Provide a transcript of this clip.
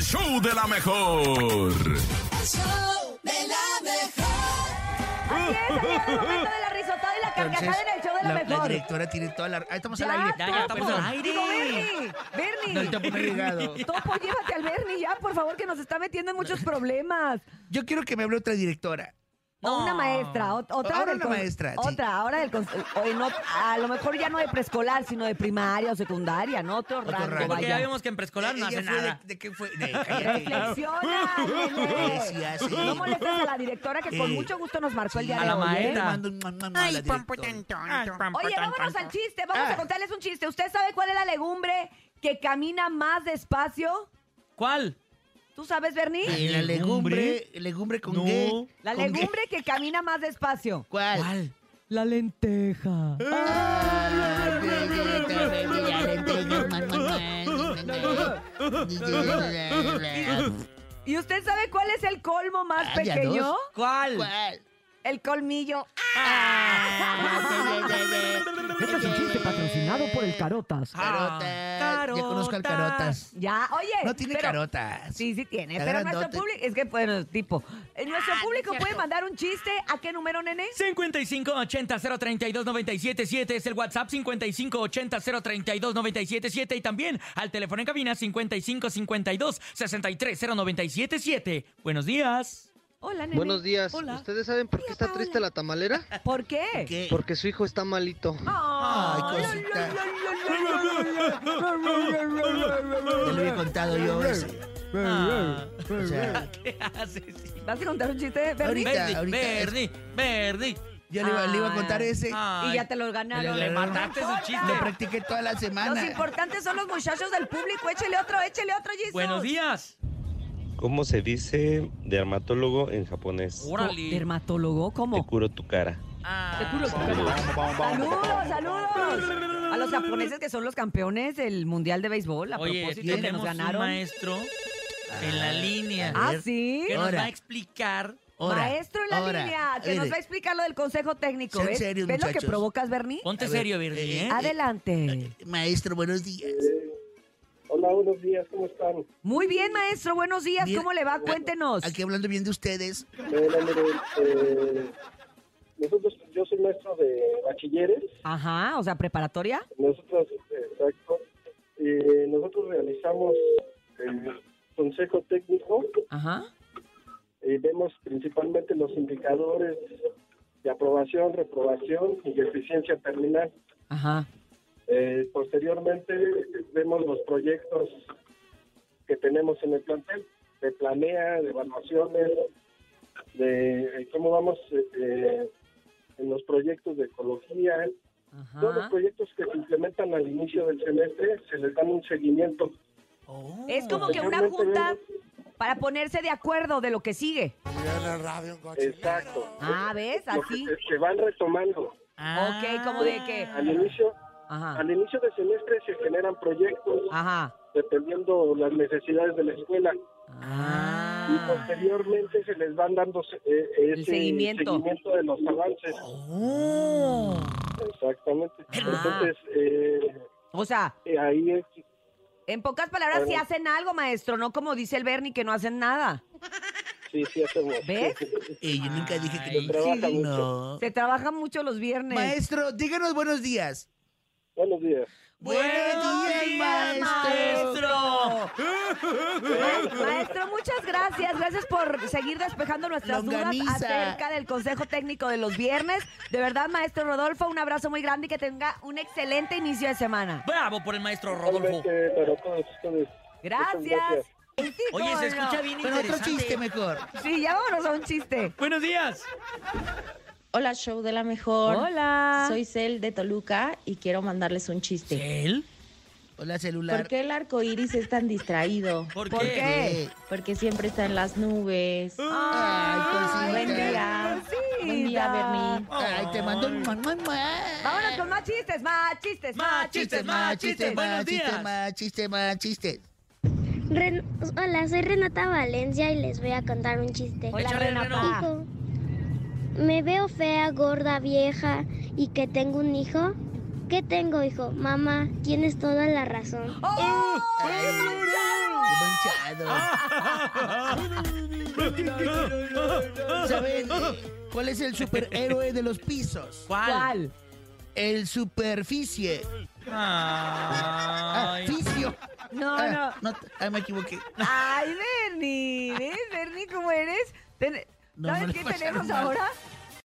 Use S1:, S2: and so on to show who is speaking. S1: show de la mejor.
S2: El show de la mejor.
S3: Así es, ha llegado el momento de la risotada y la carcajada en el show de la,
S4: la, la
S3: mejor.
S4: directora tiene toda la... Ah, estamos
S3: Ya,
S4: al aire.
S3: Ya,
S5: ya estamos
S4: perdón.
S5: al aire.
S3: Digo, Bernie, Bernie.
S4: No, el topo no ha llegado.
S3: Topo, llévate al Bernie ya, por favor, que nos está metiendo en muchos problemas.
S4: Yo quiero que me hable otra directora.
S3: O una maestra, o- otra.
S4: Ahora
S3: del
S4: una
S3: con-
S4: maestra, sí.
S3: Otra, ahora del. cons- o en ot- a lo mejor ya no de preescolar, sino de primaria o secundaria, ¿no? Otro,
S4: Otro
S3: rango,
S4: rango.
S5: Porque ya
S3: vaya.
S5: vimos que en preescolar no
S4: Ella
S5: hace
S4: Eh, fue de-
S5: nada.
S4: ¿De, qué fue? De- cállate.
S3: Reflexiona, Nene.
S4: Sí, así.
S3: No molestes a la directora que con
S4: Eh,
S3: mucho gusto nos marcó el día
S5: a
S3: de
S5: la
S3: hoy. ¿eh?
S4: Te
S5: maestra.
S4: mando un mua, mua, mua a la
S6: Ay, pompo
S4: directora.
S6: tan tonto.
S3: Oye, vámonos al chiste. Vamos
S4: Ah.
S3: a contarles un chiste. ¿Usted sabe cuál es la legumbre que camina más despacio?
S5: ¿Cuál?
S3: ¿Tú sabes, Bernie?
S4: Eh, la legumbre, legumbre con
S5: No.
S4: qué?
S3: La
S4: ¿Con qué?
S3: legumbre que camina más despacio.
S4: ¿Cuál?
S5: La lenteja.
S3: ¿Y usted sabe cuál es el colmo más
S4: Ah, ya
S3: pequeño?
S4: dos.
S5: ¿Cuál?
S4: ¿Cuál?
S3: El colmillo.
S4: Este es un chiste
S3: patrocinado por el Carotas.
S4: Carotas. Ya conozco al Carotas.
S3: Ya, oye.
S4: No tiene
S3: pero-
S4: carotas.
S3: Sí, sí tiene.
S4: Está
S3: Pero nuestro
S4: grandote.
S3: público. Es que, bueno, tipo. eh, Nuestro
S6: Ah, no
S3: público
S6: es
S3: puede
S6: cierto.
S3: mandar un chiste. ¿A qué número, nene?
S5: 5580-032-977 es el WhatsApp, 5580-032-977 y también al teléfono en cabina 5552-630977. Buenos días.
S3: Hola, nene.
S7: Buenos días.
S3: Hola.
S7: ¿Ustedes saben por qué
S3: Hola,
S7: está
S3: Paola.
S7: triste la tamalera?
S3: ¿Por qué?
S4: ¿Qué?
S7: Porque su hijo está malito.
S3: Ah, Ay,
S4: Ay, cosita. Te lo había contado yo ese.
S5: Ah,
S4: O sea,
S5: ¿Qué haces?
S3: ¿Vas a contar un chiste, Bernie?
S4: Ahorita,
S5: Verdi,
S4: ahorita.
S5: Verdi, Verdi.
S4: yo le iba, le iba a contar
S5: Ah.
S3: Ay.
S4: ese.
S3: Y ya te lo ganaron.
S4: Le
S5: mataste su chiste.
S4: Lo practiqué toda la
S3: Los
S4: semana.
S3: importantes son los muchachos del público. Échele otro, échele otro, Jesús.
S5: Buenos días.
S8: ¿Cómo se dice dermatólogo en japonés?
S5: Órale.
S3: ¿Dermatólogo?
S8: Te
S3: ¿Cómo?
S8: curo tu cara.
S3: Te curo. Saludos, saludos. A los japoneses que son los campeones del Mundial de Béisbol. A
S5: Oye,
S3: propósito, que nos
S5: tenemos un
S3: ganaron.
S5: maestro en la línea
S3: Ah, sí.
S5: que nos
S4: Ahora.
S5: va a explicar
S4: Ahora,
S3: Maestro en la
S4: ahora,
S3: línea, que nos
S4: mire,
S3: va a explicar lo del consejo técnico.
S4: Sean
S3: ¿ves?
S4: serios,
S3: ¿Ves lo que
S4: muchachos.
S3: provocas, Bernie?
S5: Ponte
S4: A ver,
S5: serio, Verdi,
S4: eh,
S5: ¿eh?
S3: Adelante.
S4: Maestro, buenos días.
S9: Hola, buenos días, ¿cómo están?
S3: Muy bien, maestro. Buenos días.
S4: Mira,
S3: ¿Cómo le va? Cuéntenos.
S4: Aquí hablando bien de ustedes.
S9: Bueno, miren, eh, nosotros, yo soy maestro de bachilleres,
S3: Ajá, o sea, preparatoria.
S9: nosotros, eh, exacto, eh, nosotros realizamos eh, consejo técnico
S3: Ajá.
S9: y vemos principalmente los indicadores de aprobación, reprobación y eficiencia terminal.
S3: Ajá.
S9: Eh, posteriormente vemos los proyectos que tenemos en el plantel, de planea, de evaluaciones, de eh, cómo vamos eh, eh, en los proyectos de ecología. Todos los
S3: Ajá.
S9: proyectos que se implementan al inicio del semestre se les dan un seguimiento.
S5: Oh.
S4: eh,
S3: Es como que una junta para ponerse de acuerdo de lo que sigue.
S9: Exacto.
S3: Ah, ¿ves?
S9: Lo que
S3: Así.
S9: se- se van retomando.
S3: Ok, como de que.
S9: Al inicio,
S3: Ajá.
S9: al inicio del semestre se generan proyectos
S3: Ajá.
S9: dependiendo las necesidades de la escuela. y
S3: Ah.
S9: posteriormente se les van dando eh, ese
S3: seguimiento. Oh.
S9: seguimiento de los avances. Exactamente.
S3: Ah.
S9: Entonces, eh,
S3: O sea,
S9: eh, ahí es.
S3: en pocas palabras, si
S9: Bueno.
S3: hacen algo, maestro, no como dice el Bernie, que no hacen nada.
S9: Sí, sí, hacemos.
S3: ¿Ves?
S4: Eh, yo nunca dije que
S5: Ay,
S4: no.
S9: trabaja mucho.
S4: no.
S3: Se trabaja mucho los viernes.
S4: Maestro, díganos buenos días.
S9: Buenos días.
S3: Maestro, muchas gracias. Gracias por seguir despejando nuestras
S4: Longaniza.
S3: dudas acerca del consejo técnico de los viernes. De verdad, maestro Rodolfo, un abrazo muy grande y que tenga un excelente inicio de semana.
S5: Bravo por el maestro Rodolfo.
S9: Igualmente para todos ustedes. Muchas
S3: Gracias. Sí,
S5: Oye,
S3: cómo
S5: se
S3: no.
S5: escucha bien
S4: Pero otro
S5: interesante.
S4: chiste mejor.
S3: Sí, ya vámonos a un chiste.
S5: Buenos días.
S10: Hola, show de la mejor.
S3: Hola.
S10: Soy Cel de Toluca y quiero mandarles un chiste.
S5: ¿Él?
S4: Hola, celular.
S10: ¿Por qué el arco iris es tan distraído?
S5: ¿Por
S3: ¿Por
S5: qué?
S3: qué?
S4: Eh,
S10: Porque siempre está en las nubes.
S4: Ay,
S10: Buen
S4: cosita.
S10: día. Buen día, Bernie.
S4: Ay, te mando un mua, mua, mua.
S3: Vámonos con más chistes, más chistes, más
S5: Más
S3: chistes,
S5: chistes,
S4: Más
S3: más
S4: chistes,
S3: chistes.
S4: más
S5: Buenos
S4: chistes,
S5: días.
S4: más chistes, más chistes.
S11: Ren- Hola, soy Renata Valencia y les voy a contar un chiste.
S3: Hola,
S5: Échale,
S3: Renata.
S11: Hijo, me veo fea, gorda, vieja y que tengo un hijo.
S5: Uh.
S11: ¿Qué tengo, hijo? Mamá, tienes toda la razón.
S3: ¡Oh! ¡Es un chavo!
S4: manchado. ¿Saben eh, cuál es el superhéroe de los pisos?
S5: ¿Cuál?
S3: ¿Cuál?
S4: El superficie. Ah,
S5: Ay.
S4: ficio.
S3: No,
S4: Ah,
S3: no.
S4: no, ah, me equivoqué.
S3: Ay, Bernie, ¿ves, Bernie, cómo eres? Ten-
S4: No,
S3: ¿Sabes
S4: me la
S3: qué
S4: pasaron
S3: tenemos
S4: mal.
S3: ahora?